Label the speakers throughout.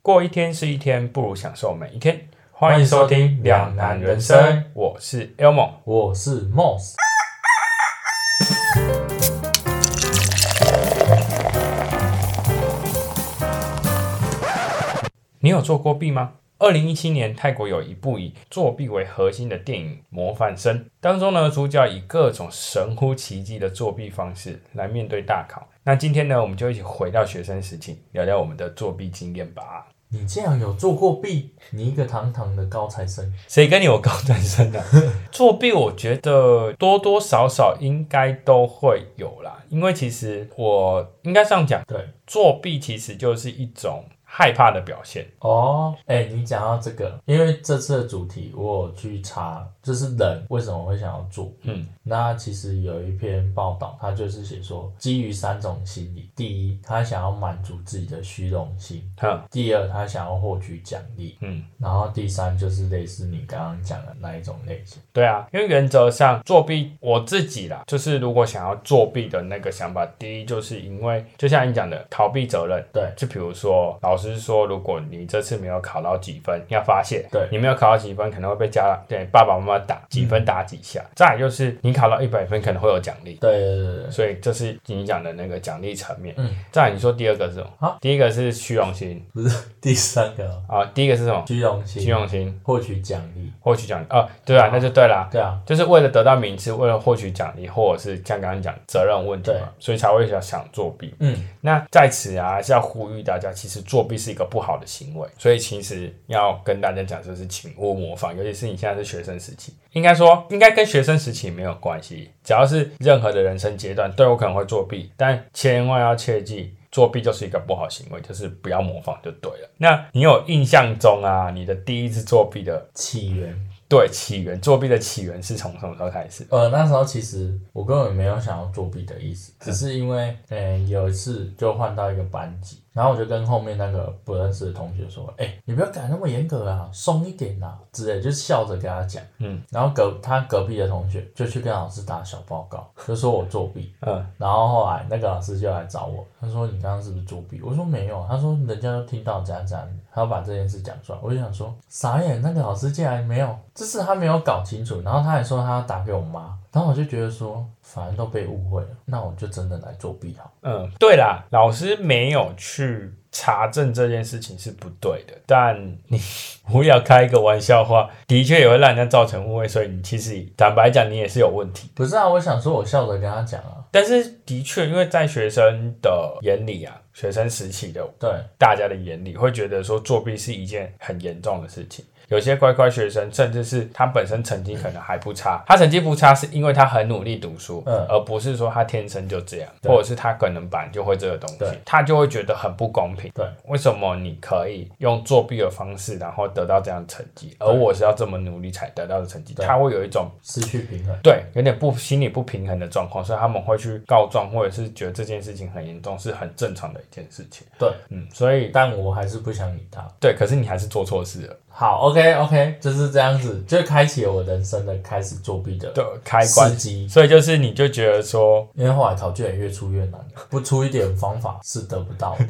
Speaker 1: 过一天是一天，不如享受每一天。欢迎收听《两难人生》，我是 Elmo。
Speaker 2: 我是 Moss。
Speaker 1: 你有做过弊吗？二零一七年，泰国有一部以作弊为核心的电影《模范生》，当中呢，主角以各种神乎其技的作弊方式来面对大考。那今天呢，我们就一起回到学生时期，聊聊我们的作弊经验吧。
Speaker 2: 你竟然有做过弊？你一个堂堂的高材生，
Speaker 1: 谁跟你有高材生啊？作弊，我觉得多多少少应该都会有啦，因为其实我应该这样讲，
Speaker 2: 对
Speaker 1: 作弊其实就是一种害怕的表现。
Speaker 2: 哦，哎、你讲到这个，因为这次的主题我有去查，就是人为什么会想要做。
Speaker 1: 嗯，
Speaker 2: 那其实有一篇报道，它就是写说，基于三种心理：第一，他想要满足自己的虚荣心；
Speaker 1: 哼，
Speaker 2: 第二，他想要获取奖励；
Speaker 1: 嗯。
Speaker 2: 然后第三就是类似你刚刚讲的那一种类型。
Speaker 1: 对啊，因为原则上作弊，我自己啦，就是如果想要作弊的那个想法，第一就是因为就像你讲的，逃避责任。
Speaker 2: 对
Speaker 1: 就比如说，老师说，如果你这次没有考到几分，要发泄。
Speaker 2: 对嗯
Speaker 1: 你没有考到几分，可能会被家长对爸爸妈妈打几分打几下。再来就是，你考到一百分，可能会有奖励。
Speaker 2: 对对对对，
Speaker 1: 所以这是你讲的那个奖励层面。
Speaker 2: 嗯，
Speaker 1: 再来你说第二个是什么？
Speaker 2: 啊
Speaker 1: 第一个是虚荣心
Speaker 2: 不是第三个哦
Speaker 1: 啊，第一个是什么？
Speaker 2: 虚荣心，
Speaker 1: 虚荣心，
Speaker 2: 获取奖励。
Speaker 1: 获取奖励啊，对啊，那就对啦。
Speaker 2: 对啊，
Speaker 1: 就是为了得到名次，为了获取奖励，或者是像刚刚讲责任问题嘛，所以才会想想作弊。
Speaker 2: 嗯，
Speaker 1: 那在此啊，是要呼吁大家，其实作弊是一个不好的行为，所以其实要跟大家讲，就是请勿模仿，尤其是你现在是学生时期，应该说应该跟学生时期没有关系，只要是任何的人生阶段，对我可能会作弊，但千万要切记。作弊就是一个不好行为，就是不要模仿就对了。那你有印象中啊，你的第一次作弊的
Speaker 2: 起源。
Speaker 1: 对起源，作弊的起源是从什么时候开始？
Speaker 2: 呃，那时候其实我根本没有想要作弊的意思，只是因为，嗯、有一次就换到一个班级，然后我就跟后面那个不认识的同学说，哎、你不要改那么严格啊，松一点啊，之类，就笑着跟他讲。
Speaker 1: 嗯，
Speaker 2: 然后隔他隔壁的同学就去跟老师打小报告，就说我作弊。
Speaker 1: 嗯，
Speaker 2: 然后后来那个老师就来找我，他说你刚刚是不是作弊？我说没有，啊他说人家都听到怎样怎样，他要把这件事讲出来。我就想说傻眼，那个老师竟然没有，这是他没有搞清楚，然后他还说他要打给我妈，然后我就觉得说反正都被误会了，那我就真的来作弊好。
Speaker 1: 嗯，对啦，老师没有去查证这件事情是不对的，但你 无聊开一个玩笑话，的确也会让人家造成误会，所以你其实坦白讲，你也是有问题。
Speaker 2: 不是啊，我想说我笑着跟他讲啊，
Speaker 1: 但是的确，因为在学生的眼里啊，学生时期的
Speaker 2: 对
Speaker 1: 大家的眼里，会觉得说作弊是一件很严重的事情。有些乖乖学生，甚至是他本身成绩可能还不差，他成绩不差是因为他很努力读书，
Speaker 2: 嗯
Speaker 1: 而不是说他天生就这样，
Speaker 2: 对
Speaker 1: 或者是他可能本来就会这个东西
Speaker 2: 对，
Speaker 1: 他就会觉得很不公平。
Speaker 2: 对，
Speaker 1: 为什么你可以用作弊的方式，然后得到这样的成绩，而我是要这么努力才得到的成绩？
Speaker 2: 对
Speaker 1: 他会有一种
Speaker 2: 失去平衡。
Speaker 1: 对，有点不心理不平衡的状况，所以他们会去告状，或者是觉得这件事情很严重，是很正常的一件事情。
Speaker 2: 对，
Speaker 1: 嗯，所以
Speaker 2: 但我还是不想理他。
Speaker 1: 对，可是你还是做错事了，
Speaker 2: 好，OK OK，就是这样子，就开启了我人生的开始作弊的
Speaker 1: 对，开关
Speaker 2: 时。机。
Speaker 1: 所以就是你就觉得说，
Speaker 2: 因为后来考卷也越出越难，不出一点方法是得不到的。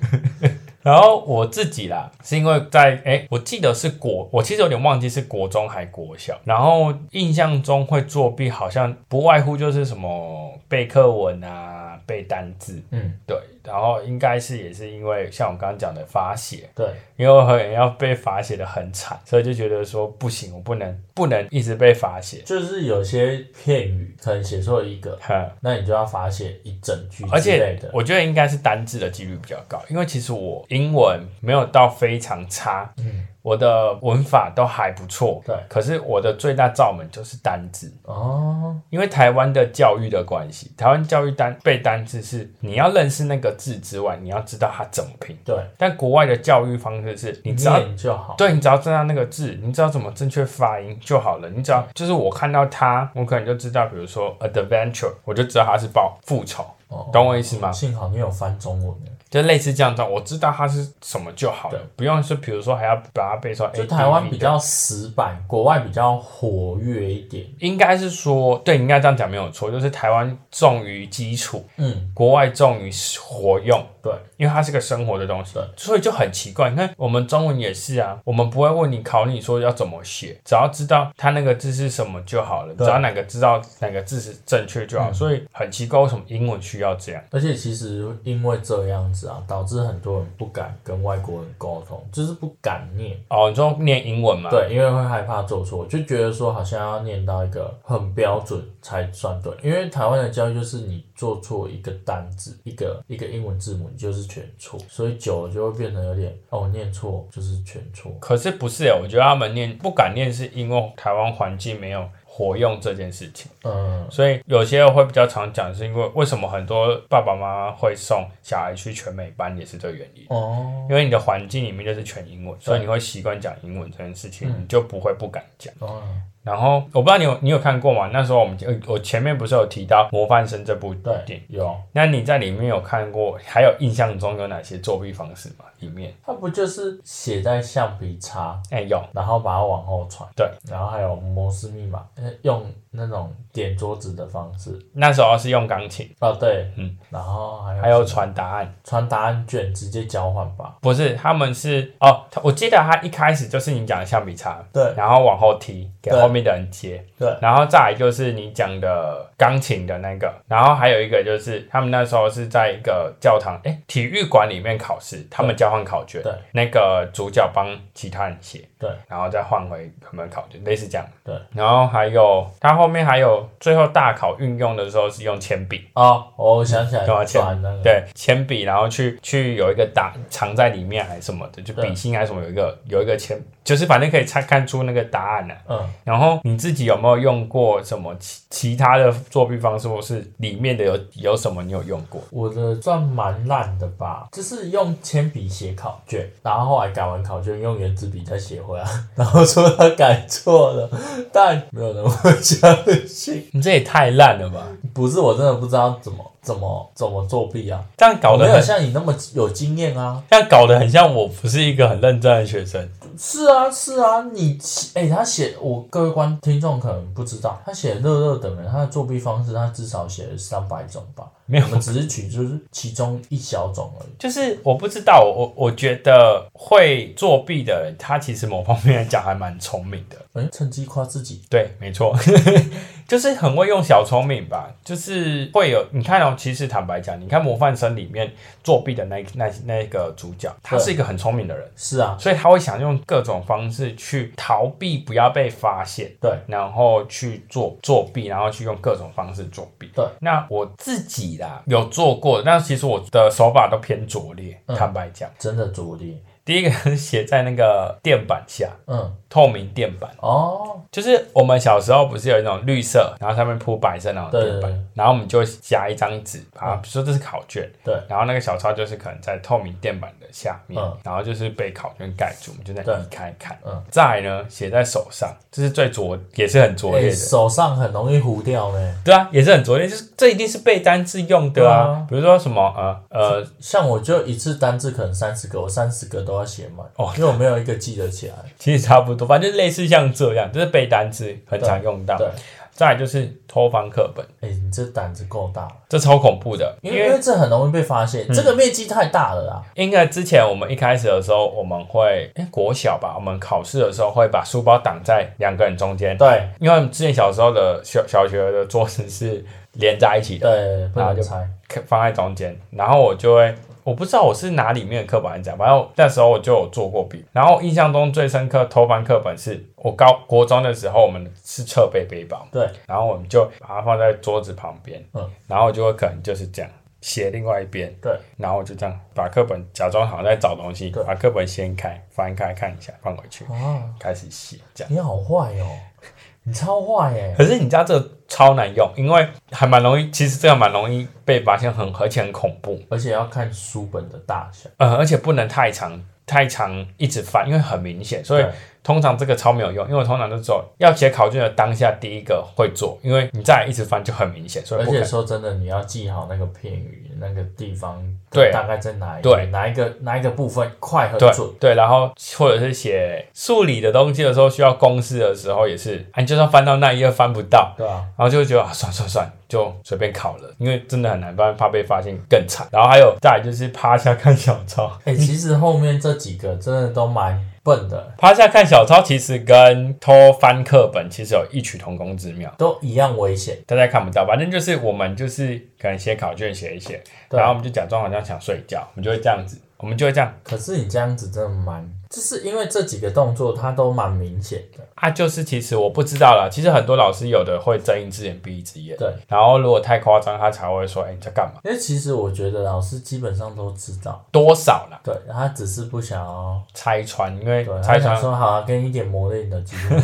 Speaker 1: 然后我自己啦，是因为在哎，我记得是国，我其实有点忘记是国中还国小，然后印象中会作弊，好像不外乎就是什么背课文啊，背单字，
Speaker 2: 嗯，
Speaker 1: 对，然后应该是也是因为像我刚刚讲的发写，
Speaker 2: 对，
Speaker 1: 因为我很要被罚写的很惨，所以就觉得说不行，我不能不能一直被罚写，
Speaker 2: 就是有些片语可能写错一个，
Speaker 1: 哼。
Speaker 2: 那你就要罚写一整句
Speaker 1: 而
Speaker 2: 之类
Speaker 1: 且
Speaker 2: 的。
Speaker 1: 我觉得应该是单字的几率比较高，因为其实我英文没有到非常差，
Speaker 2: 嗯，
Speaker 1: 我的文法都还不错，
Speaker 2: 对
Speaker 1: 可是我的最大罩门就是单字，
Speaker 2: 哦，
Speaker 1: 因为台湾的教育的关系，台湾教育单背单字是你要认识那个字之外，你要知道它怎么拼。
Speaker 2: 对，
Speaker 1: 但国外的教育方式是，你只要
Speaker 2: 念就好。
Speaker 1: 对，你只要知道那个字，你知道怎么正确发音就好了。你
Speaker 2: 嗯
Speaker 1: 只要就是我看到它，我可能就知道，比如说 adventure，我就知道它是报复仇。
Speaker 2: 哦
Speaker 1: 懂我意思吗？
Speaker 2: 幸好你有翻中文耶，
Speaker 1: 就类似这样的，我知道它是什么就好了，不用是比如说还要把它背出来。
Speaker 2: 就
Speaker 1: A,
Speaker 2: 台湾
Speaker 1: B,
Speaker 2: 比
Speaker 1: V 的
Speaker 2: 较死板，国外比较活跃一点。
Speaker 1: 应该是说，对，你应该这样讲没有错，就是台湾重于基础，
Speaker 2: 嗯，
Speaker 1: 国外重于活用，
Speaker 2: 对，
Speaker 1: 因为它是个生活的东西
Speaker 2: 对，
Speaker 1: 所以就很奇怪。你看我们中文也是啊，我们不会问你考你说要怎么写，只要知道它那个字是什么就好了，只
Speaker 2: 对嗯
Speaker 1: 要哪个知道哪个字是正确就好。所以很奇怪，为什么英文需要这样？
Speaker 2: 而且其实因为这样子啊，导致很多人不敢跟外国人沟通，就是不敢念。
Speaker 1: 哦，你说念英文嘛？，
Speaker 2: 对，因为会害怕做错，就觉得说好像要念到一个很标准才算对。因为台湾的教育就是你做错一个单字，一个一个英文字母，你就是全错，所以久了就会变成有点哦，念错就是全错。
Speaker 1: 可是不是欸我觉得他们念不敢念，是因为台湾环境没有活用这件事情。
Speaker 2: 嗯，
Speaker 1: 所以有些人会比较常讲，是因为为什么很多爸爸妈妈会送小孩去全美班，也是这个原因。
Speaker 2: 哦，
Speaker 1: 因为你的环境里面就是全英文，所以你会习惯讲英文这件事情，你就不会不敢讲。
Speaker 2: 哦，
Speaker 1: 然后我不知道你有你有看过吗？那时候我们呃我前面不是有提到《模范生》这部电
Speaker 2: 对
Speaker 1: 影，，
Speaker 2: 有，
Speaker 1: 那你在里面有看过，还有印象中有哪些作弊方式吗？里面，
Speaker 2: 它不就是写在橡皮擦，
Speaker 1: 哎、有，
Speaker 2: 然后把它往后传，
Speaker 1: 对，
Speaker 2: 然后还有摩斯密码，呃用那种点桌子的方式，
Speaker 1: 那时候是用钢琴，
Speaker 2: 哦，对，
Speaker 1: 嗯，
Speaker 2: 然后还有
Speaker 1: 还有
Speaker 2: 什么
Speaker 1: 传答案。
Speaker 2: 传答案卷直接交换吧，
Speaker 1: 不是，他们是哦，他我记得他一开始就是你讲的橡皮擦，
Speaker 2: 对
Speaker 1: 然后往后踢给
Speaker 2: 对
Speaker 1: 后面的人接，
Speaker 2: 对，
Speaker 1: 然后再来就是你讲的钢琴的那个，然后还有一个就是他们那时候是在一个教堂，哎，体育馆里面考试，他们交换考卷，
Speaker 2: 对，
Speaker 1: 那个主角帮其他人写，
Speaker 2: 对，
Speaker 1: 然后再换回他们的考卷，类似这样，
Speaker 2: 对，
Speaker 1: 然后还有他后面还有最后大考运用的时候是用铅笔。
Speaker 2: 哦，我想起来
Speaker 1: 干嘛签
Speaker 2: 转那个，
Speaker 1: 对，铅笔，然后去去有一个打藏在里面还是什么的，就
Speaker 2: 对
Speaker 1: 笔芯还是什么，有一个有一个铅，就是反正可以看看出那个答案了、啊
Speaker 2: 嗯，
Speaker 1: 然后你自己有没有用过什么其其他的作弊方式，或是里面的有有什么你有用过？
Speaker 2: 我的算蛮烂的吧，就是用铅笔写考卷，然后后来改完考卷用圆珠笔再写回来， 然后说他改错了，但没有人会相信。
Speaker 1: 你这也太烂了吧！
Speaker 2: 不是，我真的不知道怎么怎么怎么作弊啊！
Speaker 1: 这样搞
Speaker 2: 我
Speaker 1: 得
Speaker 2: 没有
Speaker 1: 很，
Speaker 2: 像你那么有经验啊。
Speaker 1: 这样搞得很像我不是一个很认真的学生。
Speaker 2: 是啊，是啊，你哎、他写我各位观听众可能不知道，他写热热等人，他的作弊方式，他至少写了三百种吧。
Speaker 1: 没有
Speaker 2: 我们只是取就是其中一小种而已。
Speaker 1: 就是我不知道，我我我觉得会作弊的人，他其实某方面来讲还蛮聪明的。
Speaker 2: 哎、趁机夸自己。
Speaker 1: 对，没错， 就是很会用小聪明吧，就是会有你看哦，其实坦白讲，你看《模范生》里面作弊的那那那个主角，他
Speaker 2: 对
Speaker 1: 是一个很聪明的人，
Speaker 2: 是啊，
Speaker 1: 所以他会想用各种方式去逃避，不要被发现。
Speaker 2: 对，
Speaker 1: 然后去做作弊，然后去用各种方式作弊。
Speaker 2: 对，
Speaker 1: 那我自己啦有做过，但其实我的手法都偏拙劣，
Speaker 2: 嗯
Speaker 1: 坦白讲。
Speaker 2: 真的主力。
Speaker 1: 第一个是写在那个垫板下，
Speaker 2: 嗯，
Speaker 1: 透明垫板。
Speaker 2: 哦，
Speaker 1: 就是我们小时候不是有一种绿色，然后上面铺白色那种
Speaker 2: 对
Speaker 1: 垫板
Speaker 2: 对对，嗯
Speaker 1: 然后我们就夹一张纸啊，比如说这是考卷，
Speaker 2: 对，
Speaker 1: 然后那个小抄就是可能在透明垫板的下面，
Speaker 2: 嗯
Speaker 1: 然后就是被考卷盖住，我们就在
Speaker 2: 对
Speaker 1: 移开看。
Speaker 2: 嗯
Speaker 1: 再来呢，写在手上，这是最拙，也是很拙劣的。
Speaker 2: 哎、手上很容易糊掉呢。
Speaker 1: 对啊，也是很拙劣，就是这一定是背单字用的
Speaker 2: 对
Speaker 1: 啊
Speaker 2: 啊。
Speaker 1: 比如说什么呃 呃，
Speaker 2: 像我就一次单字可能三十个，我三十个都要写满，
Speaker 1: 哦
Speaker 2: 因为我没有一个记得起来。
Speaker 1: 其实差不多，反正就类似像这样，就是背单字很常用到
Speaker 2: 对。，
Speaker 1: 再来就是偷翻课本，
Speaker 2: 哎、你这胆子够大了，
Speaker 1: 这超恐怖的，
Speaker 2: 因为因为这很容易被发
Speaker 1: 嗯
Speaker 2: 现，这个面积太大了啦。
Speaker 1: 应该之前我们一开始的时候，我们会诶国小吧，我们考试的时候会把书包挡在两个人中间，
Speaker 2: 对
Speaker 1: 因为我们之前小时候的小小学的桌子是连在一起的，
Speaker 2: 对，不
Speaker 1: 然后
Speaker 2: 能
Speaker 1: 就
Speaker 2: 猜。
Speaker 1: 可放在中间，然后我就会。我不知道我是拿里面的课本还是怎样，反正我那时候我就有做过笔。然后印象中最深刻偷翻课本是我高国中的时候，我们是侧背背包，
Speaker 2: 对，
Speaker 1: 然后我们就把它放在桌子旁边，
Speaker 2: 嗯，
Speaker 1: 然后就会可能就是这样斜另外一边，
Speaker 2: 对，
Speaker 1: 然后我就这样把课本假装好像在找东西，
Speaker 2: 对
Speaker 1: 把课本掀开翻开看一下，放回去，
Speaker 2: 啊，
Speaker 1: 开始写这样。
Speaker 2: 你好坏哦，你超坏耶！
Speaker 1: 可是你知道这个超难用，因为还蛮容易，其实这个蛮容易被发现很，而且很恐怖，
Speaker 2: 而且要看书本的大小，
Speaker 1: 呃，而且不能太长太长一直翻，因为很明显，所以
Speaker 2: 对
Speaker 1: 通常这个超没有用，因为我通常都走要写考卷的当下第一个会做，因为你再一直翻就很明显，所以
Speaker 2: 而
Speaker 1: 不可
Speaker 2: 且
Speaker 1: 能。
Speaker 2: 说真的，你要记好那个片语，那个地方
Speaker 1: 对
Speaker 2: 大概在哪一
Speaker 1: 对
Speaker 2: 哪一个哪一个部分快很
Speaker 1: 对
Speaker 2: 准，
Speaker 1: 对，然后或者是写数理的东西的时候，需要公式的时候也是，啊你就算翻到那一页翻不到，
Speaker 2: 对啊，
Speaker 1: 然后就会觉得啊，算算算，就随便考了，因为真的很难，不然怕被发现更惨。然后还有再来就是趴下看小抄，
Speaker 2: 哎、其实后面这几个真的都蛮笨的，
Speaker 1: 趴下看小抄其实跟偷翻课本其实有异曲同工之妙，
Speaker 2: 都一样危险。
Speaker 1: 大家看不到，反正就是我们就是可能写考卷写一写，
Speaker 2: 对啊
Speaker 1: 然后我们就假装好像想睡觉，我们就会这样子，我们就会这样，
Speaker 2: 可是你这样子真的蛮，就是因为这几个动作它都蛮明显的，
Speaker 1: 啊，就是其实我不知道啦，其实很多老师有的会睁一只眼闭一只眼，
Speaker 2: 对。
Speaker 1: 然后如果太夸张，他才会说，哎、你在干嘛？
Speaker 2: 因为其实我觉得老师基本上都知道，
Speaker 1: 多少啦，
Speaker 2: 对他只是不想要，
Speaker 1: 拆穿，因为
Speaker 2: 对他
Speaker 1: 拆
Speaker 2: 想
Speaker 1: 穿
Speaker 2: 说好、啊，给你一点磨练的机 会。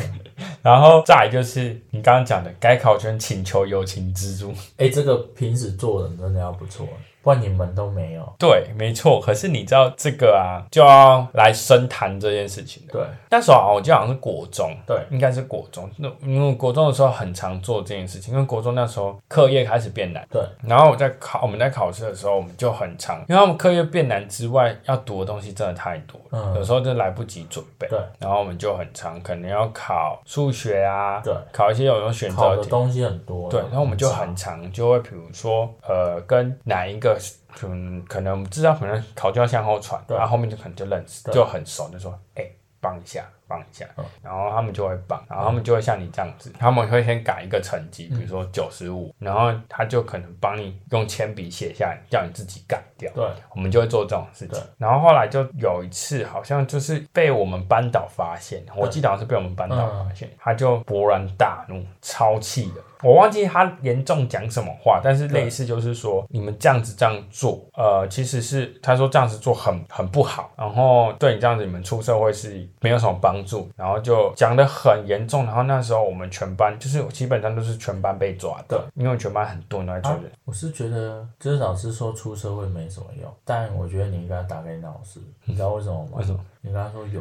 Speaker 1: 然后再来就是你刚刚讲的，改考卷请求友情资助。
Speaker 2: 哎、这个平时做人真的要不错，不然你们都没有。
Speaker 1: 对，没错。可是你知道这个啊，就要来深谈这件事情了。
Speaker 2: 对
Speaker 1: 那时候啊，我记得好像是国中，
Speaker 2: 对，
Speaker 1: 应该是国中。那因为国中的时候很常做这件事情，因为国中那时候课业开始变难。
Speaker 2: 对，
Speaker 1: 然后我在考，我们在考试的时候，我们就很常，因为他们课业变难之外，要读的东西真的太多了，
Speaker 2: 嗯
Speaker 1: 有时候就来不及准备。
Speaker 2: 对，
Speaker 1: 然后我们就很常，可能要考数学啊，
Speaker 2: 对，
Speaker 1: 考一些有用选
Speaker 2: 考
Speaker 1: 择
Speaker 2: 的
Speaker 1: 题，
Speaker 2: 东西很多，
Speaker 1: 对，然后我们就
Speaker 2: 杂
Speaker 1: 很常就会，比如说，呃，跟哪一个，嗯，可能至少可能考就要向后传，
Speaker 2: 对
Speaker 1: 然后后面就可能就认识，
Speaker 2: 对
Speaker 1: 就很熟，就说，哎、帮一下，帮一下，
Speaker 2: 嗯
Speaker 1: 然后他们就会帮，然后他们就会像你这样子，他们会先改一个成绩，
Speaker 2: 嗯
Speaker 1: 比如说九十五，然后他就可能帮你用铅笔写下来，叫你自己改掉。
Speaker 2: 对
Speaker 1: 我们就会做这种事
Speaker 2: 对
Speaker 1: 情。然后后来就有一次，好像就是被我们班导发现，我记得好像是被我们班导
Speaker 2: 嗯
Speaker 1: 发现，他就勃然大怒，超气的。我忘记他严重讲什么话，但是类似就是说，你们这样子这样做，呃，其实是他说这样子做很很不好，然后对你这样子，你们出社会是没有什么帮助，然后就讲的很严重，然后那时候我们全班就是基本上都是全班被抓的，因为全班很多人都在追人，
Speaker 2: 我是觉得，就是老师说出社会没什么用，但我觉得你应该打给你 老师，你知道为什么吗？
Speaker 1: 为什么？，
Speaker 2: 你跟他说有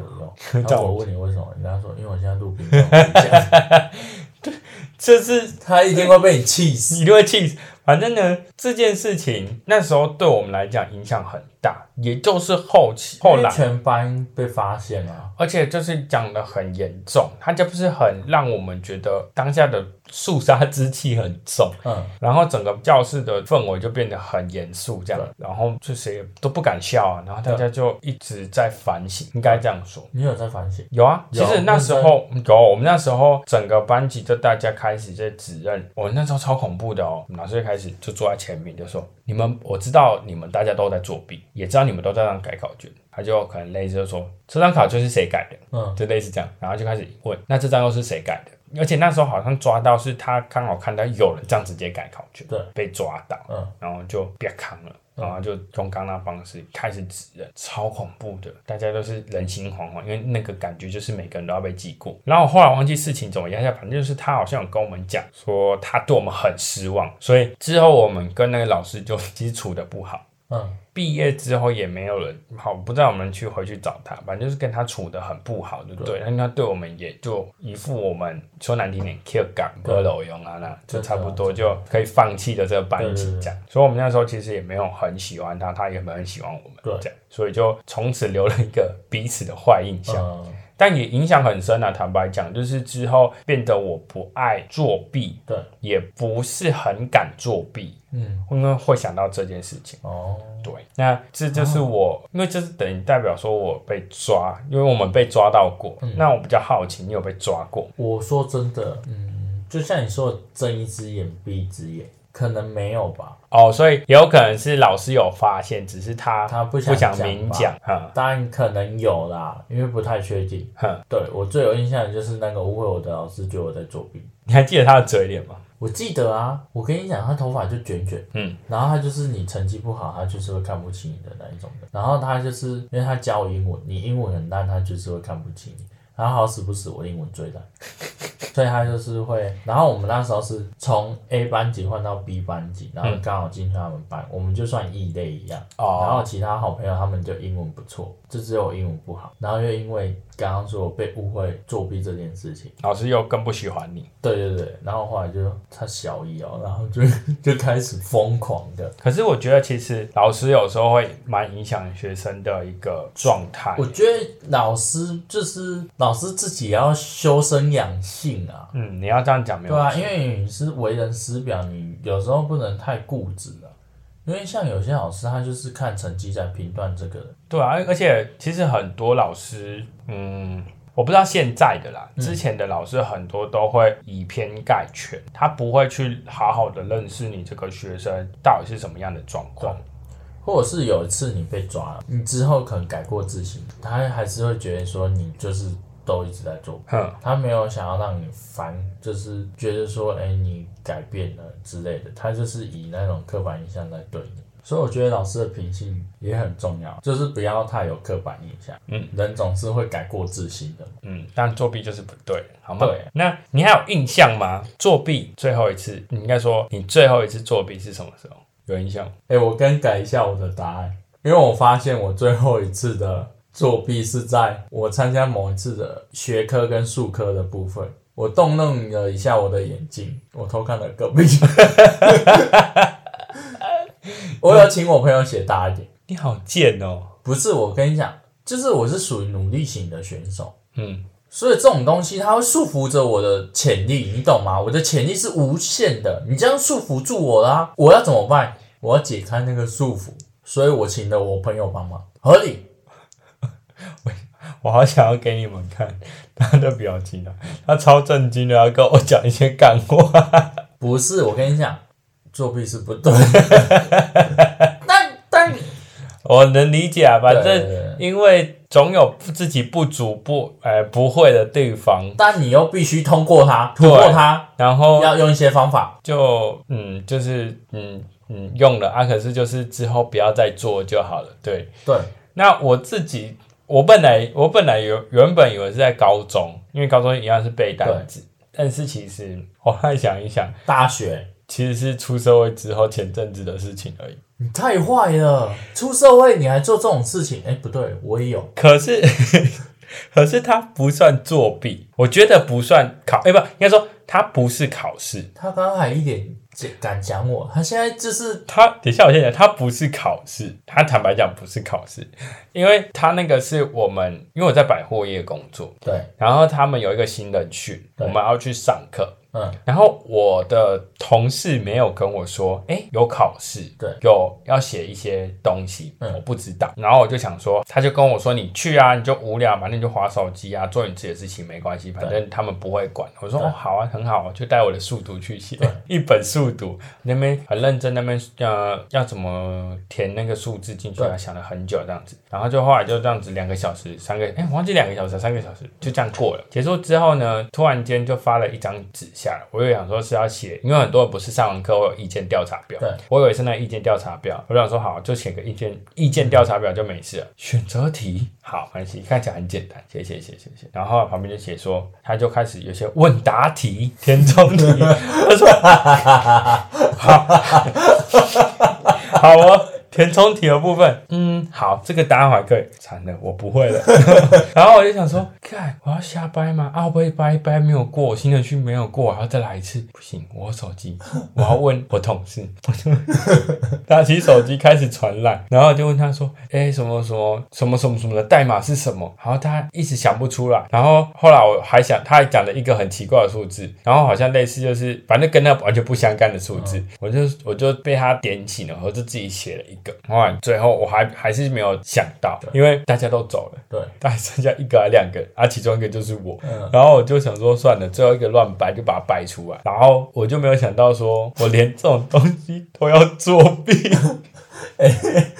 Speaker 2: 用然后我问你为什么，你跟他说因为我现在录屏东回家，
Speaker 1: 这是
Speaker 2: 他一定会被你气死。
Speaker 1: 你就会气死。反正呢，这件事情那时候对我们来讲影响很大，也就是后期 后
Speaker 2: 因为
Speaker 1: 来，
Speaker 2: 全班被发现啊，
Speaker 1: 而且就是讲的很严重，他就不是很让我们觉得当下的肃杀之气很重，
Speaker 2: 嗯，
Speaker 1: 然后整个教室的氛围就变得很严肃，这样，然后就谁也都不敢笑啊，然后大家就一直在反省，应该这样说。
Speaker 2: 你有在反省？
Speaker 1: 有啊，其
Speaker 2: 有
Speaker 1: 实那时候有，啊我们那时候整个班级就大家开始在指认，我那时候超恐怖的哦，老师就开始就坐在前面就说：“你们，我知道你们大家都在作弊，也知道你们都在让改考卷。”他就可能类似就说：“这张考卷是谁改的？”
Speaker 2: 嗯，
Speaker 1: 就类似这样，然后就开始问：“那这张又是谁改的？”而且那时候好像抓到是他刚好看到有人这样直接改考卷，
Speaker 2: 对，
Speaker 1: 被抓到，
Speaker 2: 嗯，
Speaker 1: 然后就别扛了。然后就用刚那方式开始指认，超恐怖的，大家都是人心惶惶，因为那个感觉就是每个人都要被记过。然后我后来忘记事情怎么样，反正就是他好像有跟我们讲说他对我们很失望，所以之后我们跟那个老师就其实处的不好。
Speaker 2: 嗯，
Speaker 1: 毕业之后也没有人好，不知道我们去回去找他，反正就是跟他处的很不好，对不对？因为他对我们也就一副我们说难听点，Q 港歌楼用啊，那就差不多就可以放弃的这个班级这样。所以我们那时候其实也没有很喜欢他，他也没有很喜欢我们，
Speaker 2: 对
Speaker 1: 这样，所以就从此留了一个彼此的坏印象。
Speaker 2: 嗯，
Speaker 1: 但也影响很深啊。坦白讲，就是之后变得我不爱作弊，
Speaker 2: 对，
Speaker 1: 也不是很敢作弊，
Speaker 2: 嗯，
Speaker 1: 因为会想到这件事情。
Speaker 2: 哦，
Speaker 1: 对，那这就是我，因为这是等于代表说我被抓，因为我们被抓到过。
Speaker 2: 嗯
Speaker 1: 那我比较好奇，你有被抓过？
Speaker 2: 我说真的，嗯，就像你说的，睁一只眼闭一只眼，可能没有吧。
Speaker 1: 哦，所以也有可能是老师有发现，只是他
Speaker 2: 他不想
Speaker 1: 不想
Speaker 2: 讲
Speaker 1: 明
Speaker 2: 吧
Speaker 1: 讲，哈
Speaker 2: 当然可能有啦，因为不太确定。
Speaker 1: 哼，
Speaker 2: 对我最有印象的就是那个误会我的老师觉得我在作弊。
Speaker 1: 你还记得他的嘴脸吗？
Speaker 2: 我记得啊，我跟你讲，他头发就卷卷，
Speaker 1: 嗯，
Speaker 2: 然后他就是你成绩不好，他就是会看不起你的那一种的。然后他就是因为他 教我英文，你英文很烂，他就是会看不起你。然后好死不死，我英文最烂，所以他就是会，然后我们那时候是从 A 班级换到 B 班级，然后刚好进去他们班，我们就算异类一样。然
Speaker 1: 哦，
Speaker 2: 后其他好朋友他们就英文不错，就只有我英文不好。然后又因为刚刚说我被误会作弊这件事情，
Speaker 1: 老师又更不喜欢你。
Speaker 2: 对对对，然后后来就他小一哦，然后就 就开始疯狂的。
Speaker 1: 可是我觉得，其实老师有时候会蛮影响学生的一个状态
Speaker 2: 我。觉得老师就是老师自己也要修身养性啊，
Speaker 1: 嗯，你要这样讲没有
Speaker 2: 对啊，
Speaker 1: 错
Speaker 2: 因为你是为人师表，你有时候不能太固执了、因为像有些老师，他就是看成绩在评断这个人。
Speaker 1: 对啊，而且其实很多老师，嗯，我不知道现在的啦，之前的老师很多都会以偏概全，他不会去好好的认识你这个学生到底是什么样的状况。
Speaker 2: 或者是有一次你被抓了，你之后可能改过自新，他还是会觉得说你就是都一直在做，
Speaker 1: 哼，
Speaker 2: 他没有想要让你烦，就是觉得说哎、你改变了之类的，他就是以那种刻板印象在对你。所以我觉得老师的品性也很重要，就是不要太有刻板印象。
Speaker 1: 嗯，
Speaker 2: 人总是会改过自新的。
Speaker 1: 嗯，但作弊就是不对，好吗？
Speaker 2: 对。
Speaker 1: 那你还有印象吗？作弊最后一次，你应该说你最后一次作弊是什么时候？有印象吗？
Speaker 2: 哎、我更改一下我的答案，因为我发现我最后一次的作弊是在我参加某一次的学科跟术科的部分，我动弄了一下我的眼镜，我偷看了隔壁。 我有请我朋友写大一点，
Speaker 1: 你好贱哦。
Speaker 2: 不是我跟你讲，就是我是属于努力型的选手，
Speaker 1: 嗯，
Speaker 2: 所以这种东西它会束缚着我的潜力，你懂吗？我的潜力是无限的，你这样束缚住我啦、我要怎么办？我要解开那个束缚，所以我请了我朋友帮忙，合理。
Speaker 1: 我好想要给你们看 他的表情啊，他超震惊的，要跟我讲一些干话。
Speaker 2: 不是，我跟你讲，作弊是 不对的。但但
Speaker 1: 我能理解啊，反
Speaker 2: 对
Speaker 1: 正
Speaker 2: 对对
Speaker 1: 因为总有自己不足不呃不会的地方，
Speaker 2: 但你又必须通过它，突破
Speaker 1: 对
Speaker 2: 它，
Speaker 1: 然后
Speaker 2: 要用一些方法。
Speaker 1: 就嗯就是嗯嗯用了啊，可是就是之后不要再做就好了。对，
Speaker 2: 对，
Speaker 1: 那我自己我本来我本来有原本以为是在高中，因为高中一样是背单词，但是其实我后来想一想，
Speaker 2: 大学
Speaker 1: 其实是出社会之后前阵子的事情而已。
Speaker 2: 你太坏了，出社会你还做这种事情？哎，不对，我也有。
Speaker 1: 可是， 可是他不算作弊，我觉得不算考，哎、不，应该说他不是考试。
Speaker 2: 他刚刚还一点敢讲我，他现在就是
Speaker 1: 他等一下，我先讲，他不是考试，他坦白讲不是考试，因为他那个是我们，因为我在百货业工作，
Speaker 2: 对，
Speaker 1: 然后他们有一个新人训，我
Speaker 2: 对
Speaker 1: 们要去上课，
Speaker 2: 嗯，
Speaker 1: 然后我的同事没有跟我说，哎，有考试，
Speaker 2: 对
Speaker 1: 有要写一些东西，
Speaker 2: 嗯
Speaker 1: 我不知道。然后我就想说，他就跟我说，你去啊，你就无聊，反正你就划手机啊，做你自己的事情没关系，反正他们不会管。我说
Speaker 2: 对
Speaker 1: 哦，好啊，很好啊，就带我的速读去写一本速读，那边很认真，那边呃要怎么填那个数字进去啊，
Speaker 2: 对
Speaker 1: 想了很久这样子。然后就后来就这样子两个小时、三个，哎，我忘记两个小时、三个小时就这样过了。结束之后呢，突然间就发了一张纸下来，我也想说是要写，因为很多人不是上完课会有意见调查表，
Speaker 2: 对，
Speaker 1: 我以为是那意见调查表，我就想说好就写个意见意见调查表就没事了。选择题好，没关系，看起来很简单，写写写写写，然后旁边就写说他就开始有些问答题、填充题，我说好哦，填充题的部分，嗯，好，这个答案还可以。惨了，我不会了。 然后我就想说，看我要瞎掰吗？啊，我会掰一掰没有过，我新人区没有过，我还要再来一次，不行，我有手机，我要问我同事。我就拿起手机开始传烂，然后我就问他说，哎、什么什么什么什么什么的代码是什么？然后他一直想不出来。然后后来我还想，他还讲了一个很奇怪的数字，然后好像类似就是反正跟那完全不相干的数字，我就我就被他点醒了，我就自己写了一个。后来最后我还还是没有想到，因为大家都走了。
Speaker 2: 对，
Speaker 1: 大概剩下一个还两个，啊，其中一个就是我。
Speaker 2: 嗯
Speaker 1: 然后我就想说，算了，最后一个乱掰就把它掰出来。然后我就没有想到说，我连这种东西都要作弊。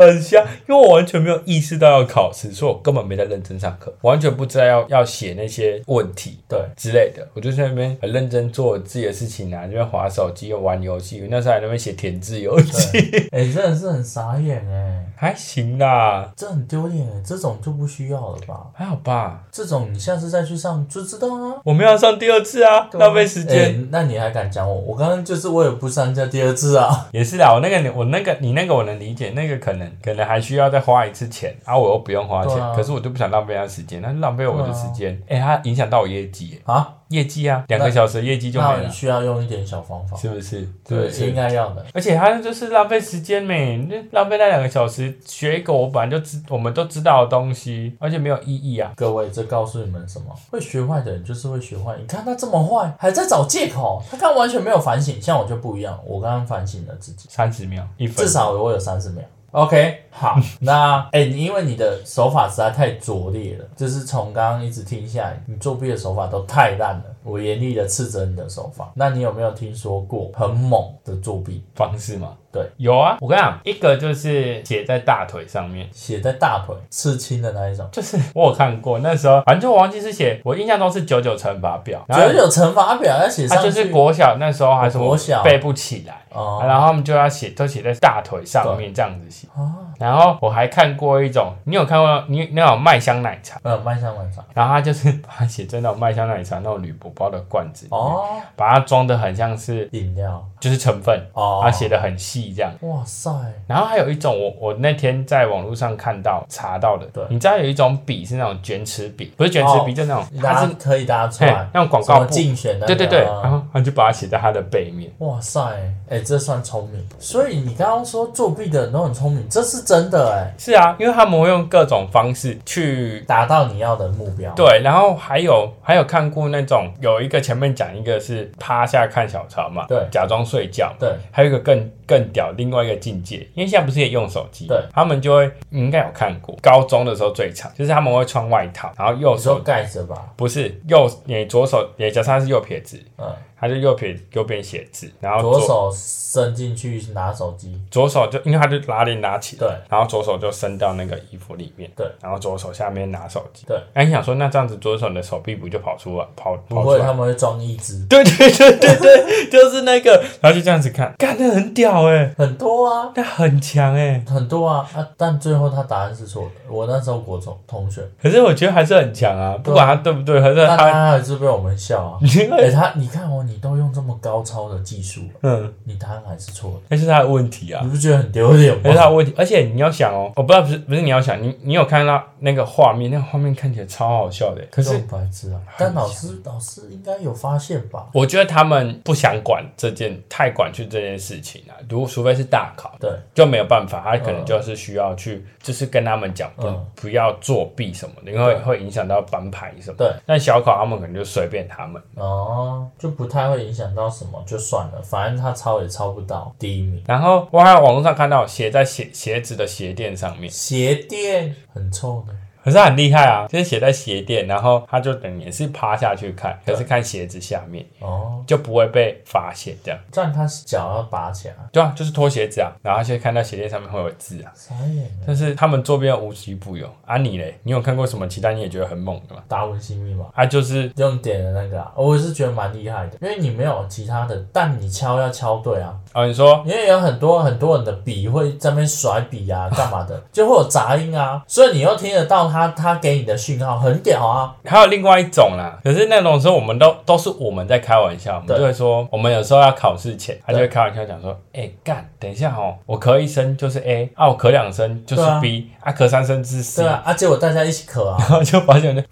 Speaker 1: 很瞎，因为我完全没有意识到要考试，所以我根本没在认真上课，完全不知道要要写那些问题
Speaker 2: 对，
Speaker 1: 之类的。我就在那边很认真做自己的事情啊，这边划手机、玩游戏。那时候还在那边写填字游戏，
Speaker 2: 哎、真的是很傻眼哎、
Speaker 1: 还行啦，
Speaker 2: 这很丢脸哎，这种就不需要了吧？
Speaker 1: 还好吧。
Speaker 2: 这种你下次再去上就知道啊。
Speaker 1: 我们要上第二次啊，浪费时间。
Speaker 2: 哎那你还敢讲我？我刚刚就是我也不上架第二次啊。
Speaker 1: 也是啦，我那个我那个你那个我能理解，那个可能可能还需要再花一次钱，啊，我又不用花钱，
Speaker 2: 对啊
Speaker 1: 可是我就不想浪费他时间，那浪费我的时间，哎、它影响到我业绩耶，
Speaker 2: 啊，
Speaker 1: 业绩啊，两个小时的业绩就没
Speaker 2: 那你
Speaker 1: 了，
Speaker 2: 需要用一点小方法，
Speaker 1: 是不是？是不
Speaker 2: 应
Speaker 1: 是？
Speaker 2: 该要的。
Speaker 1: 而且他就是浪费时间没，那浪费那两个小时学一个我本来就知我们都知道的东西，而且没有意义啊。
Speaker 2: 各位，这告诉你们什么？会学坏的人就是会学坏。你看他这么坏，还在找借口，他刚完全没有反省。像我就不一样，我刚刚反省了自己。
Speaker 1: 三十秒，一分
Speaker 2: 至，少我有三十秒。OK，好， 那哎、你因为你的手法实在太拙劣了，就是从刚刚一直听下来，你作弊的手法都太烂了。我严厉的斥责你的手法。那你有没有听说过很猛的作弊？
Speaker 1: 方式嘛。
Speaker 2: 对，
Speaker 1: 有啊，我跟你讲，一个就是写在大腿上面，
Speaker 2: 写在大腿刺青的那一种，
Speaker 1: 就是 我有看过，那时候反正就我忘记是写，我印象中是九九乘法表，然
Speaker 2: 九
Speaker 1: 后
Speaker 2: 九乘法表要写
Speaker 1: 他
Speaker 2: 上去，哦
Speaker 1: 就是国小那时候还什么
Speaker 2: 国小
Speaker 1: 背不起来，
Speaker 2: 哦、
Speaker 1: 然后他们就要写，都写在大腿上面这样子写。
Speaker 2: 啊，
Speaker 1: 然后我还看过一种，你有看过你那种麦香奶茶，
Speaker 2: 呃，迈向晚上
Speaker 1: 然后他就是把它写在那种麦香奶茶那种铝箔包的罐子，
Speaker 2: 哦，
Speaker 1: 把它装的很像是
Speaker 2: 饮料
Speaker 1: 就是成分，
Speaker 2: 哦，
Speaker 1: 它写的很细这样。
Speaker 2: 哇塞，
Speaker 1: 然后还有一种我，我那天在网络上看到查到的，
Speaker 2: 对
Speaker 1: 你知道有一种笔是那种卷尺笔，不是卷尺笔，
Speaker 2: 哦
Speaker 1: 就那种它
Speaker 2: 大
Speaker 1: 是
Speaker 2: 家可以大家出
Speaker 1: 嘿
Speaker 2: 来，
Speaker 1: 那种广
Speaker 2: 什
Speaker 1: 告
Speaker 2: 么
Speaker 1: 布，
Speaker 2: 竞选的、啊
Speaker 1: 对对对，然后他就把它写在他的背面。
Speaker 2: 哇塞，哎、这算聪明。所以你刚刚说作弊的人都很聪明，这是真的哎、
Speaker 1: 是啊，因为他们会用各种方式去。
Speaker 2: 达到你要的目标。，
Speaker 1: 对，然后还有还有看过那种有一个前面讲一个是趴下看小抄嘛，
Speaker 2: 对
Speaker 1: 假装睡觉，
Speaker 2: 对，
Speaker 1: 还有一个更更屌，另外一个境界，因为现在不是也用手机，
Speaker 2: 对，
Speaker 1: 他们就会你应该有看过，高中的时候最常就是他们会穿外套，然后右
Speaker 2: 你说
Speaker 1: 手
Speaker 2: 盖着吧，
Speaker 1: 不是右你左手也假设他是右撇子，
Speaker 2: 嗯，
Speaker 1: 他就右撇右边写字，然后
Speaker 2: 左手伸进去拿手机，
Speaker 1: 左手就因为他就拉链拉起来，
Speaker 2: 对，
Speaker 1: 然后左手就伸到那个衣服里面，
Speaker 2: 对，
Speaker 1: 然后左手下面拿手机，
Speaker 2: 对。
Speaker 1: 哎、你想说那这样子左手的手臂不就跑出来跑
Speaker 2: 不
Speaker 1: 跑出
Speaker 2: 会，啊
Speaker 1: 来？
Speaker 2: 他们会装一只，
Speaker 1: 对对对对 对，就是那个，然后就这样子看，干的很屌哎、
Speaker 2: 很多啊，
Speaker 1: 那很强哎、
Speaker 2: 很多啊啊！但最后他答案是错的。我那时候国中同学，
Speaker 1: 可是我觉得还是很强啊，不管他对不对，还是
Speaker 2: 但
Speaker 1: 他，。
Speaker 2: 他还是被我们笑啊
Speaker 1: 因
Speaker 2: 哎、
Speaker 1: 为
Speaker 2: 他你看哦，你都用这么高超的技术，啊
Speaker 1: 嗯，
Speaker 2: 你答案还是错
Speaker 1: 那是他的问题
Speaker 2: 的，
Speaker 1: 啊
Speaker 2: 你，不觉得很丢脸
Speaker 1: 那是
Speaker 2: 吗？
Speaker 1: 他的问题。而且你要想哦，我不知道不是不是你要想，你你有看到那个画面，那个画面看起来超好笑的、欸可
Speaker 2: 这
Speaker 1: 是
Speaker 2: 种白痴啊！但老师老师应该有发现吧？
Speaker 1: 我觉得他们不想管这件太管去这件事情啊，如除非是大考，
Speaker 2: 对，
Speaker 1: 就没有办法，他可能就是需要去，就是跟他们讲不、
Speaker 2: 嗯
Speaker 1: 不要作弊什么的，因为会影响到班牌什么的。
Speaker 2: 对，
Speaker 1: 但小考他们可能就随便他们。
Speaker 2: 哦，就不太会影响到什么，就算了，反正他抄也抄不到第一名。
Speaker 1: 然后我还有网络上看到写在鞋鞋子的鞋垫上面，
Speaker 2: 鞋垫很臭的，
Speaker 1: 可是他很厉害啊，就是写在鞋垫，然后他就等于也是趴下去看，可是看鞋子下面
Speaker 2: 哦，
Speaker 1: 就不会被发现这样。
Speaker 2: 这样他脚要拔起来，
Speaker 1: 对啊，就是脱鞋子啊，然后他就看到鞋垫上面会有字啊。
Speaker 2: 傻眼了。
Speaker 1: 但是他们周边无奇不有啊！你嘞，你有看过什么其他你也觉得很猛的吗？
Speaker 2: 达文西密码
Speaker 1: 他、就是
Speaker 2: 用点的那个、啊，我也是觉得蛮厉害的，因为你没有其他的，但你敲要敲对啊，
Speaker 1: 哦，你说
Speaker 2: 因为有很多很多人的笔会在那边甩笔啊，干嘛的， 就会有杂音啊，所以你又听得到他他给你的讯号，很屌啊，
Speaker 1: 还有另外一种啦，可是那种时候我们都都是我们在开玩笑，我们
Speaker 2: 对
Speaker 1: 就会说，我们有时候要考试前，他就会
Speaker 2: 对
Speaker 1: 开玩笑讲说，哎、干，等一下哦，我咳一声就是 A，啊，我咳两声就是
Speaker 2: 对啊
Speaker 1: B，啊咳三声是 C，
Speaker 2: 对啊，啊，结果大家一起咳啊，
Speaker 1: 然后就发现 呢，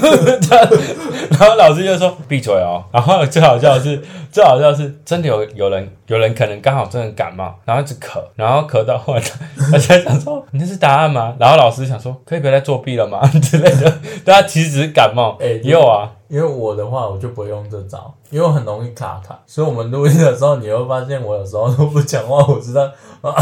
Speaker 1: 然后老师就说闭嘴哦。然后最好笑的是，最好笑的是真的有有人有人可能刚好真的感冒，然后一直咳，然后咳到后来， 他就想说你这是答案吗？然后老师想说可以不要再作弊了吗 之类的，对他其实只是感冒，
Speaker 2: 哎
Speaker 1: 也有啊。
Speaker 2: 因为我的话，我就不会用这招，因为我很容 易卡痰，所以我们录音的时候，你会发现我有时候都不讲话，我知道啊，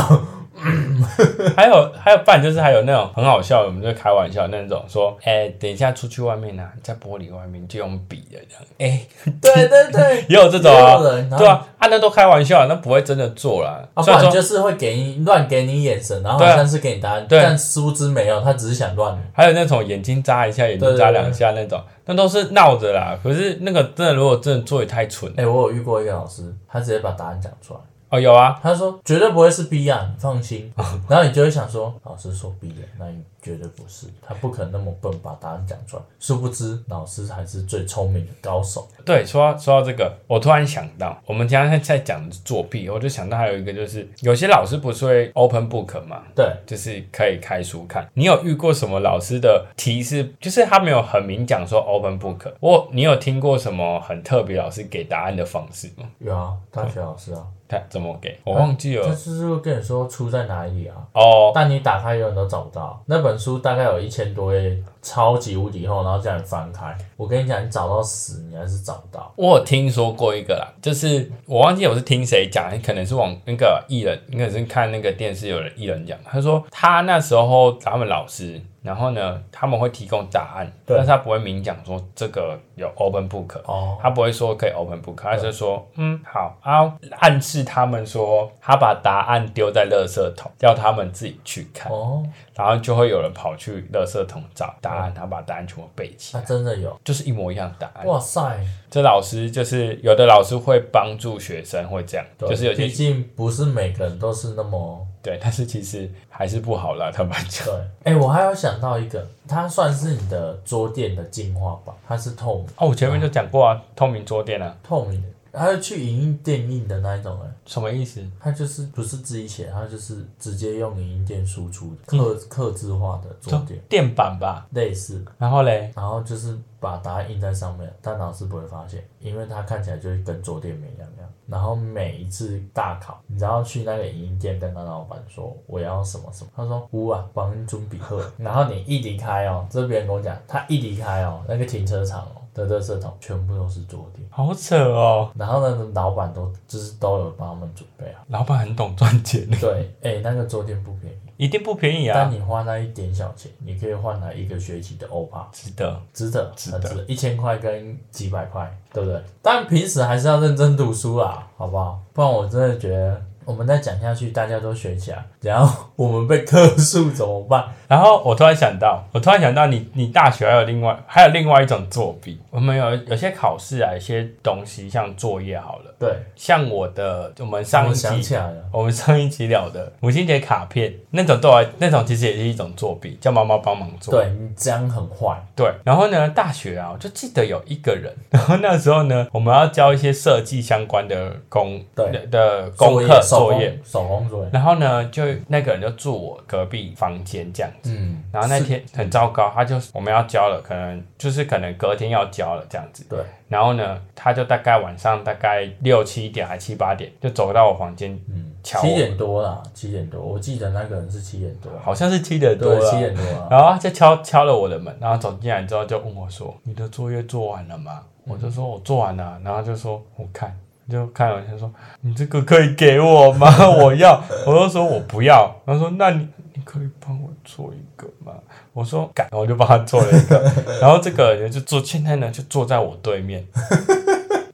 Speaker 1: 还有还有，不然就是还有那种很好笑的，我们就开玩笑那种说，哎、等一下出去外面啊，在玻璃外面就用笔的这样，哎、
Speaker 2: 对对对，
Speaker 1: 也有这种啊
Speaker 2: 也有人，然后
Speaker 1: 对啊，啊那都开玩笑，那不会真的做啦。
Speaker 2: 啊，不
Speaker 1: 虽然
Speaker 2: 然
Speaker 1: 说
Speaker 2: 就是会给你乱给你眼神，然后好
Speaker 1: 对啊
Speaker 2: 像是给你答案，
Speaker 1: 对
Speaker 2: 但殊不知没有，他只是想乱你。
Speaker 1: 还有那种眼睛眨一下，眼睛眨两下那种，那都是闹着啦。可是那个真的，如果真的做也太蠢了
Speaker 2: 哎、我有遇过一个老师，他直接把答案讲出来，
Speaker 1: 哦，有啊，
Speaker 2: 他说绝对不会是 B 啊，你放心。
Speaker 1: 哦
Speaker 2: 然后你就会想说，老师说 B 的，那你绝对不是，他不可能那么笨把答案讲出来。殊不知老师才是最聪明的高手。
Speaker 1: 对，说到说到这个，我突然想到，我们刚刚在讲作弊，我就想到还有一个，就是有些老师不是会 open book 嘛，
Speaker 2: 对，
Speaker 1: 就是可以开书看。你有遇过什么老师的提示？就是他没有很明讲说 open book。我，你有听过什么很特别老师给答案的方式吗？
Speaker 2: 有啊，大学老师啊，
Speaker 1: 他怎么给我忘记
Speaker 2: 他
Speaker 1: 了
Speaker 2: 就是会跟你说出在哪里啊，
Speaker 1: 哦。
Speaker 2: 但你打开永远都找不到。那本书大概有一千多页，超级无敌厚，然后叫你翻开。我跟你讲，你找到死，你还是找不到。
Speaker 1: 我有听说过一个啦，就是我忘记我是听谁讲，可能是网那个艺人，应该是看那个电视有人艺人讲，他说他那时候他们老师，然后呢他们会提供答案，
Speaker 2: 对
Speaker 1: 但是他不会明讲说这个有 open book，
Speaker 2: 哦，
Speaker 1: 他不会说可以 open book，他就说嗯好啊，暗示他们说他把答案丢在垃圾桶，叫他们自己去看，
Speaker 2: 哦，
Speaker 1: 然后就会有人跑去垃圾桶找答案，然后把答案全部背起
Speaker 2: 他
Speaker 1: 来，
Speaker 2: 真的有，
Speaker 1: 就是一模一样的答案。
Speaker 2: 哇塞！
Speaker 1: 这老师就是有的老师会帮助学生会这样，
Speaker 2: 对
Speaker 1: 就是有些
Speaker 2: 毕竟不是每个人都是那么
Speaker 1: 对，但是其实还是不好啦，他们讲。
Speaker 2: 对。哎、我还有想到一个，它算是你的桌垫的进化版，它是透明
Speaker 1: 哦，我前面就讲过啊，透明桌垫啊，
Speaker 2: 透明的，它是去影印电印的那一种哎、
Speaker 1: 什么意思？
Speaker 2: 它就是不是自己写，它就是直接用影印店输出的刻刻字化的桌垫，
Speaker 1: 垫板吧。
Speaker 2: 类似，
Speaker 1: 然后嘞，
Speaker 2: 然后就是把答案印在上面，但老师不会发现，因为它看起来就是跟桌垫没两样。然后每一次大考，你只要去那个影音店跟他老板说我要什么什么，他说我啊，帮你准备好。然后你一离开哦，这边跟我讲，他一离开哦，那个停车场哦的垃圾桶全部都是桌垫。
Speaker 1: 好扯哦，
Speaker 2: 然后呢，老板都就是都有帮他们准备好。
Speaker 1: 老板很懂赚钱，
Speaker 2: 对，哎，那个桌垫不便宜，
Speaker 1: 一定不便宜啊
Speaker 2: 但，你花那一点小钱，你可以换来一个学期的欧巴。
Speaker 1: 值得。
Speaker 2: 值得，
Speaker 1: 值
Speaker 2: 很
Speaker 1: 得
Speaker 2: 值得，一千块跟几百块，对不对？但平时还是要认真读书啦，好不好？不然我真的觉得我们再讲下去，大家都学起来，然后我们被克数怎么办？
Speaker 1: 然后我突然想到，我突然想到你，你大学还有另外还有另外一种作弊，我们有有些考试啊，一些东西像作业好了，
Speaker 2: 对，
Speaker 1: 像我的我们上
Speaker 2: 我
Speaker 1: 一
Speaker 2: 想
Speaker 1: 集
Speaker 2: 起来了，
Speaker 1: 哦我们上一集聊的母亲节卡片那种对我来，那种其实也是一种作弊，叫妈妈帮忙做。
Speaker 2: 对你这样很坏，
Speaker 1: 对，然后呢，大学啊，我就记得有一个人，然后那时候呢，我们要交一些设计相关的功
Speaker 2: 对
Speaker 1: 的的功课
Speaker 2: 手
Speaker 1: 作
Speaker 2: 工
Speaker 1: 业，
Speaker 2: 手工作业，
Speaker 1: 然后呢，就那个人就住我隔壁房间这样。
Speaker 2: 嗯，
Speaker 1: 然后那天很糟糕，他就我们要交了，可能就是可能隔天要交了这样子。
Speaker 2: 对，
Speaker 1: 然后呢，他就大概晚上大概六七点还七八点就走到我房间，
Speaker 2: 嗯，
Speaker 1: 巧
Speaker 2: 七点多啦，七点多，我记得那个人是七点多，
Speaker 1: 好像是七点多
Speaker 2: 对，
Speaker 1: 了，
Speaker 2: 七点多啊，
Speaker 1: 然后他就敲敲了我的门，然后走进来之后就问我说：“你的作业做完了吗？”我就说：“我做完了。”然后就说：“我看。”就看了，他说：“你这个可以给我吗？ 我要。”我就说：“我不要。”然后说：“那你你可以帮我做一个吗？”我说：“改。”我就帮他做了一个。然后这个人就坐，现在呢就坐在我对面。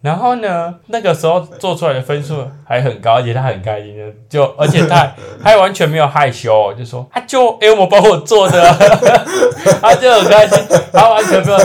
Speaker 1: 然后呢，那个时候做出来的分数还很高，而且他很开心的，就而且他还他还完全没有害羞、哦，就说啊就哎、我帮我做的、啊， 他就很开心，他完全没有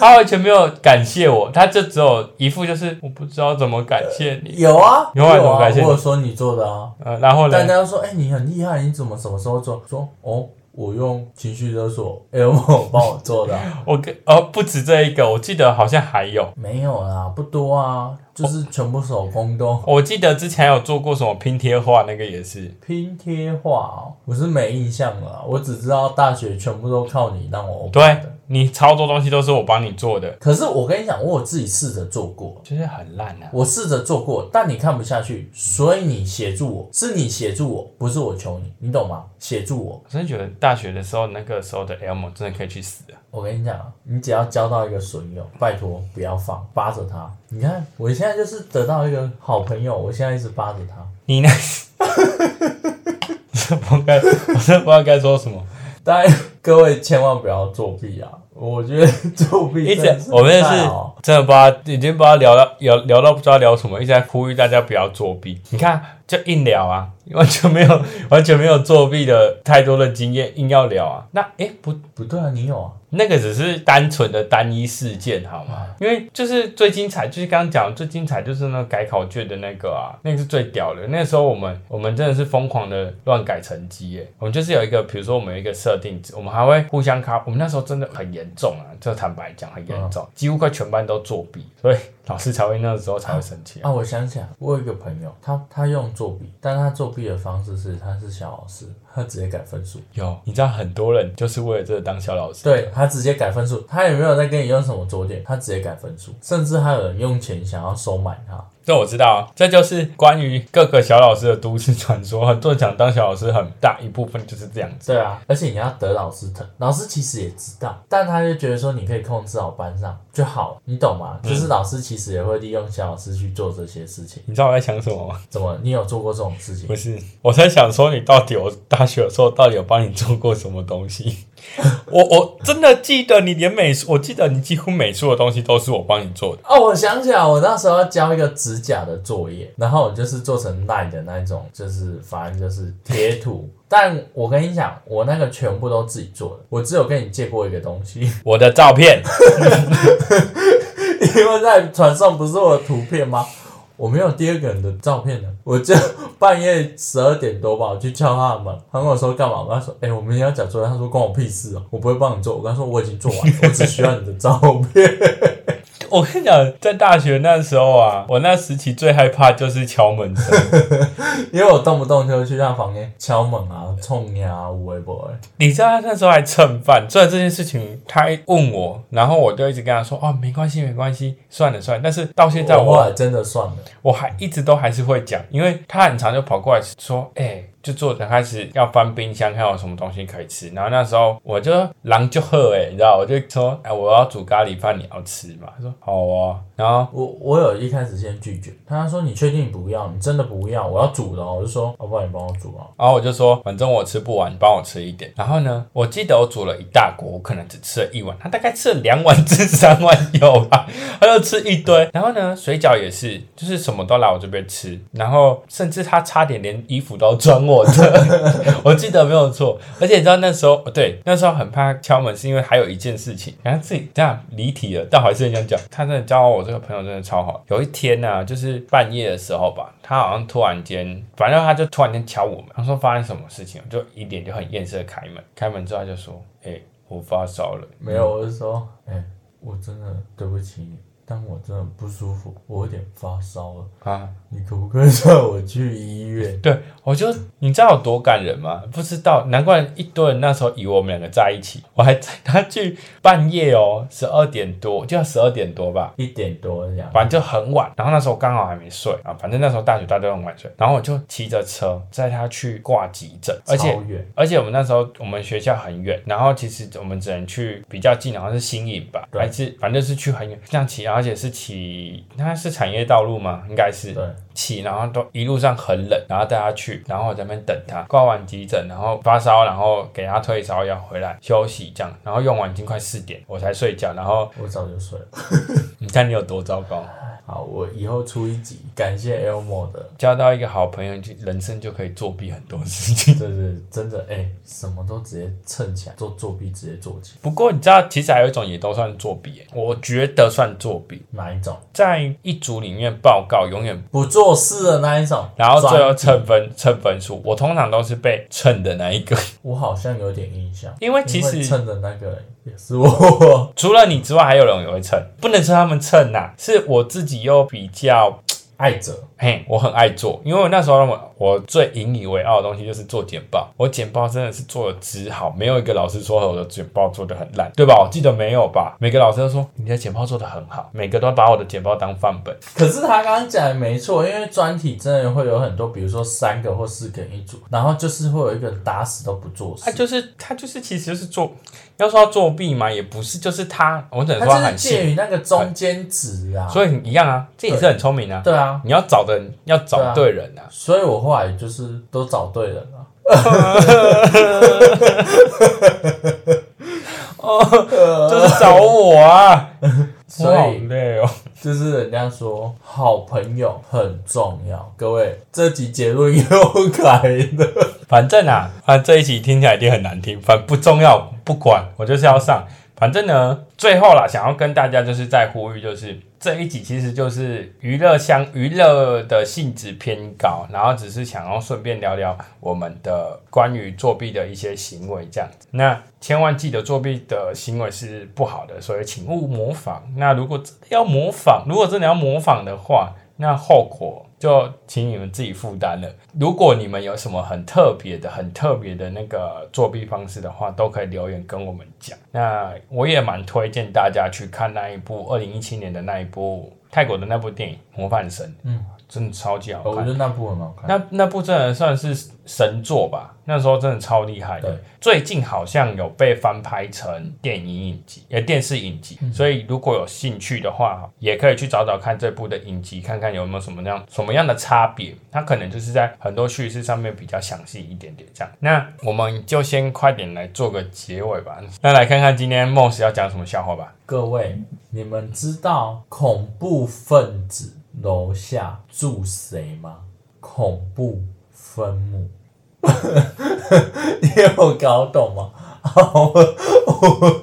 Speaker 1: 他完全没有感谢我，他就只有一副就是我不知道怎么感谢你，
Speaker 2: 有啊，
Speaker 1: 有
Speaker 2: 有
Speaker 1: 啊
Speaker 2: 啊，
Speaker 1: 有
Speaker 2: 我
Speaker 1: 感谢你
Speaker 2: 有说你做的啊。
Speaker 1: 呃，然后
Speaker 2: 大
Speaker 1: 呢，
Speaker 2: 家说，哎、你很厉害，你怎么什么时候做？说，哦，我用情绪勒索 L 某 帮我做的啊、
Speaker 1: 我跟呃不止这一个，我记得好像还有。
Speaker 2: 没有啦，不多啊，就是全部手工都
Speaker 1: 我记得之前有做过什么拼贴画，那个也是，
Speaker 2: 拼贴画、哦，我是没印象了啊，我只知道大学全部都靠你让我 open
Speaker 1: 对
Speaker 2: 的。
Speaker 1: 你超多东西都是我帮你做的，
Speaker 2: 可是我跟你讲，我有自己试着做过，
Speaker 1: 就是很烂啊。
Speaker 2: 我试着做过，但你看不下去，所以你协助我，是你协助我，不是我求你，你懂吗？协助我，
Speaker 1: 我真的觉得大学的时候，那个时候的 Elmo 真的可以去死啊！
Speaker 2: 我跟你讲啊，你只要交到一个损友，拜托不要放，扒着他。你看，我现在 就是得到一个好朋友，我现在一直扒着他。
Speaker 1: 你呢？真不知道该，我真不知道该说什么。
Speaker 2: 当然，各位千万不要作弊啊！我觉得作弊
Speaker 1: 一
Speaker 2: 真
Speaker 1: 直
Speaker 2: 的是
Speaker 1: 我们是
Speaker 2: 太好
Speaker 1: 真的不知道，已经不知道聊到聊聊到不知道聊什么，一直在呼吁大家不要作弊。你看，就硬聊啊，完全没有完全没有作弊的太多的经验，硬要聊啊。那诶、不
Speaker 2: 不对啊，你有啊？
Speaker 1: 那个只是单纯的单一事件，好吗？因为就是最精彩，就是刚刚讲的最精彩就是那个改考卷的那个啊，那个是最屌的。那时候我们我们真的是疯狂的乱改成绩耶，我们就是有一个，比如说我们有一个设定，我们还会互相卡。我们那时候真的很严重啊，这坦白讲很严重，几乎快全班都作弊，所以老师才会那时候才会生气、啊。
Speaker 2: 啊，我想起来，我有一个朋友，他他用作弊，但他作弊的方式是他是小老师，他直接改分数。
Speaker 1: 有，你知道很多人就是为了这个当小老师，
Speaker 2: 对他直接改分数，他也没有在跟你用什么左点，他直接改分数，甚至还有人用钱想要收买他。
Speaker 1: 这我知道啊，这就是关于各个小老师的都市传说。很多人想当小老师，很大一部分就是这样子。
Speaker 2: 对啊，而且你要得老师疼，老师其实也知道，但他就觉得说你可以控制好班上就好，你懂吗？就是老师其实也会利用小老师去做这些事情。
Speaker 1: 你知道我在想什么吗？
Speaker 2: 怎么，你有做过这种事情
Speaker 1: 不？是，我在想说你到底有大学的时候到底有帮你做过什么东西？ 我我真的记得你连美术，我记得你几乎美术的东西都是我帮你做的。
Speaker 2: 哦，我想起来，我那时候要交一个指甲的作业，然后我就是做成赖的那一种，就是反正就是贴图。但我跟你讲，我那个全部都自己做的，我只有跟你借过一个东西，
Speaker 1: 我的照片，
Speaker 2: 因为在传送不是我的图片吗？我没有第二个人的照片呢，我就半夜十二点多吧，我去敲他的门，他跟我说干嘛？我跟他说，哎、我明天要讲作业，他说关我屁事哦、我不会帮你做。我跟他说我已经做完了，我只需要你的照片。
Speaker 1: 我跟你讲，在大学那时候啊，我那时期最害怕就是敲门声。
Speaker 2: 因为我动不动就去他房间敲门啊、冲你啊、微博、欸。
Speaker 1: 你知道他那时候还蹭饭，所以这件事情他一问我，然后我就一直跟他说：“哦，没关系，没关系，算了算了。”但是到现在
Speaker 2: 我后
Speaker 1: 我
Speaker 2: 来真的算了，
Speaker 1: 我还一直都还是会讲，因为他很常就跑过来说：“哎、就做人开始要翻冰箱，看有什么东西可以吃。”然后那时候我就狼就喝哎、你知道，我就说：“哎、我要煮咖喱饭，你要吃嘛？”他说：“好啊。”然后
Speaker 2: 我我有一开始先拒绝，他说你确定你不要，你真的不要，我要煮的哦、我就说，要、不然你帮我煮啊。
Speaker 1: 然后我就说，反正我吃不完，你帮我吃一点。然后呢，我记得我煮了一大锅，我可能只吃了一碗，他大概吃了两碗至 三碗有吧，他就吃一堆。然后呢，水饺也是，就是什么都来我这边吃，然后甚至他差点连衣服都穿我的， 我记得没有错。而且你知道那时候，哦对，那时候很怕敲门，是因为还有一件事情，然后自己这样离题了，但我还是很想讲，他真的教我这个朋友真的超好。有一天呢、就是半夜的时候吧，他好像突然间，反正他就突然间敲我们，他说发生什么事情，我就一脸就很厌世的开门，开门之后他就说，哎、我发烧了，
Speaker 2: 没有，我就说，哎、我真的对不起你，但我真的不舒服，我有点发烧了，
Speaker 1: 啊，
Speaker 2: 你可不可以带我去医院？
Speaker 1: 对我就你知道有多感人吗？不知道，难怪一堆人那时候以为我们两个在一起，我还带他去半夜哦，十二点多，就要十二点多吧，
Speaker 2: 一点多这样，
Speaker 1: 反正就很晚。然后那时候刚好还没睡啊，反正那时候大学大家都很晚睡。然后我就骑着车载他去挂急诊，而且
Speaker 2: 超远，
Speaker 1: 而且我们那时候我们学校很远，然后其实我们只能去比较近，好像是新营吧，
Speaker 2: 对
Speaker 1: 还是反正是去很远，这样骑，而且是骑那是产业道路吗？应该是
Speaker 2: 对，
Speaker 1: 骑，然后都一路上很冷，然后带他去，然后我在那边等他挂完急诊，然后发烧，然后给他退烧药回来休息这样，然后用完已经快四点我才睡觉，然后
Speaker 2: 我早就睡了。
Speaker 1: 你看你有多糟糕。
Speaker 2: 好，我以后出一集，感谢 Elmo 的，
Speaker 1: 交到一个好朋友，就人生就可以作弊很多事情。
Speaker 2: 这是真的，哎、什么都直接蹭起来，做作弊直接做起来，
Speaker 1: 不过你知道，其实还有一种也都算作弊耶，我觉得算作弊，
Speaker 2: 哪一种？
Speaker 1: 在一组里面报告永远，
Speaker 2: 不做事的那一种，
Speaker 1: 然后最后
Speaker 2: 转
Speaker 1: 称分称分数。我通常都是被称的那一个，
Speaker 2: 我好像有点印象，
Speaker 1: 因为其
Speaker 2: 因为
Speaker 1: 实
Speaker 2: 蹭的那个也是我，
Speaker 1: 除了你之外，还有人也会称，不能说他们称呐、是我自己又比较。
Speaker 2: 爱者
Speaker 1: 嘿，我很爱做，因为我那时候我我最引以为傲的东西就是做简报，我简报真的是做的之好，没有一个老师说我的简报做的很烂，对吧？我记得没有吧？每个老师都说你的简报做的很好，每个都把我的简报当范本。
Speaker 2: 可是他刚刚讲的没错，因为专题真的会有很多，比如说三个或四个人一组，然后就是会有一个人打死都不做
Speaker 1: 他
Speaker 2: 事，
Speaker 1: 啊就是他就是其实就是做，要说他作弊嘛，也不是，就是他，我只能
Speaker 2: 他
Speaker 1: 说他
Speaker 2: 就是
Speaker 1: 很
Speaker 2: 介
Speaker 1: 细，
Speaker 2: 于那个中间值啊，
Speaker 1: 所以一样啊，这也是很聪明啊。
Speaker 2: 对啊，
Speaker 1: 你要找的人要找对人啊，
Speaker 2: 所以我后来就是都找对人了。
Speaker 1: 哦，就是找我啊，
Speaker 2: 呃所
Speaker 1: 我好
Speaker 2: 以
Speaker 1: 累哦。
Speaker 2: 就是人家说好朋友很重要，各位这集结论又改了。
Speaker 1: 反正啊，啊这一集听起来一定很难听，反不重要，不管，我就是要上。反正呢，最后啦，想要跟大家就是在呼吁，就是这一集其实就是娱乐相娱乐的性质偏高，然后只是想要顺便聊聊我们的关于作弊的一些行为这样子。那千万记得作弊的行为是不好的，所以请勿模仿。那如果真的要模仿，如果真的要模仿的话，那后果就请你们自己负担了。如果你们有什么很特别的、很特别的那个作弊方式的话，都可以留言跟我们讲。那我也蛮推荐大家去看那一部二零一七年的那一部泰国的那部电影《模范生》，
Speaker 2: 嗯，
Speaker 1: 真的超级好
Speaker 2: 我
Speaker 1: 看
Speaker 2: 觉。得那部很好看。
Speaker 1: 那那部真的算是神作吧，那时候真的超厉害的
Speaker 2: 对。
Speaker 1: 最近好像有被翻拍成电影影集，呃，电视影集。所以如果有兴趣的话，也可以去找找看这部的影集，看看有没有什么样什么样的差别。它可能就是在很多叙事上面比较详细一点点这样。那我们就先快点来做个结尾吧。那来看看今天 Moss 要讲什么笑话吧。
Speaker 2: 各位，你们知道恐怖分子楼下住谁吗？恐怖分母， 你有搞懂吗？好，我我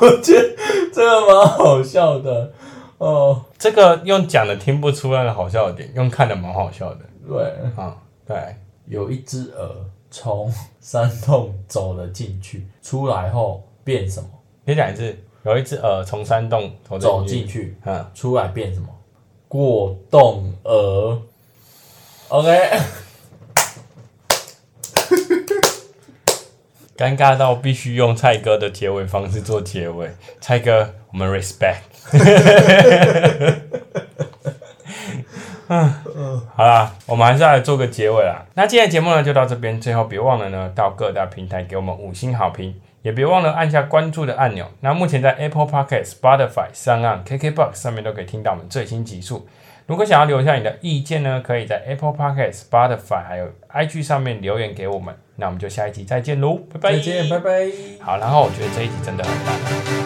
Speaker 2: 我觉得这个蛮好笑的哦。
Speaker 1: 这个用讲的听不出那个好笑的点，用看的蛮好笑的
Speaker 2: 对，
Speaker 1: 啊、对。
Speaker 2: 有一只鹅从山洞走了进去，出来后变什么？
Speaker 1: 你讲一次，有一只鹅从山洞头
Speaker 2: 走进，去，
Speaker 1: 嗯，
Speaker 2: 出来变什么？过动鹅。OK，
Speaker 1: 尴尬到必须用蔡哥的结尾方式做结尾。蔡哥，我们 respect。嗯，好啦，我们还是要来做个结尾啦。那今天的节目呢就到这边，最后别忘了呢到各大平台给我们五星好评，也别忘了按下关注的按钮。那目前在 Apple Podcast、Spotify、上岸、KKBox 上面都可以听到我们最新集数。如果想要留下你的意见呢，可以在 Apple Podcast、Spotify 还有 IG 上面留言给我们。那我们就下一集再见喽，拜拜！
Speaker 2: 再见，拜拜。
Speaker 1: 好，然后我觉得这一集真的很棒。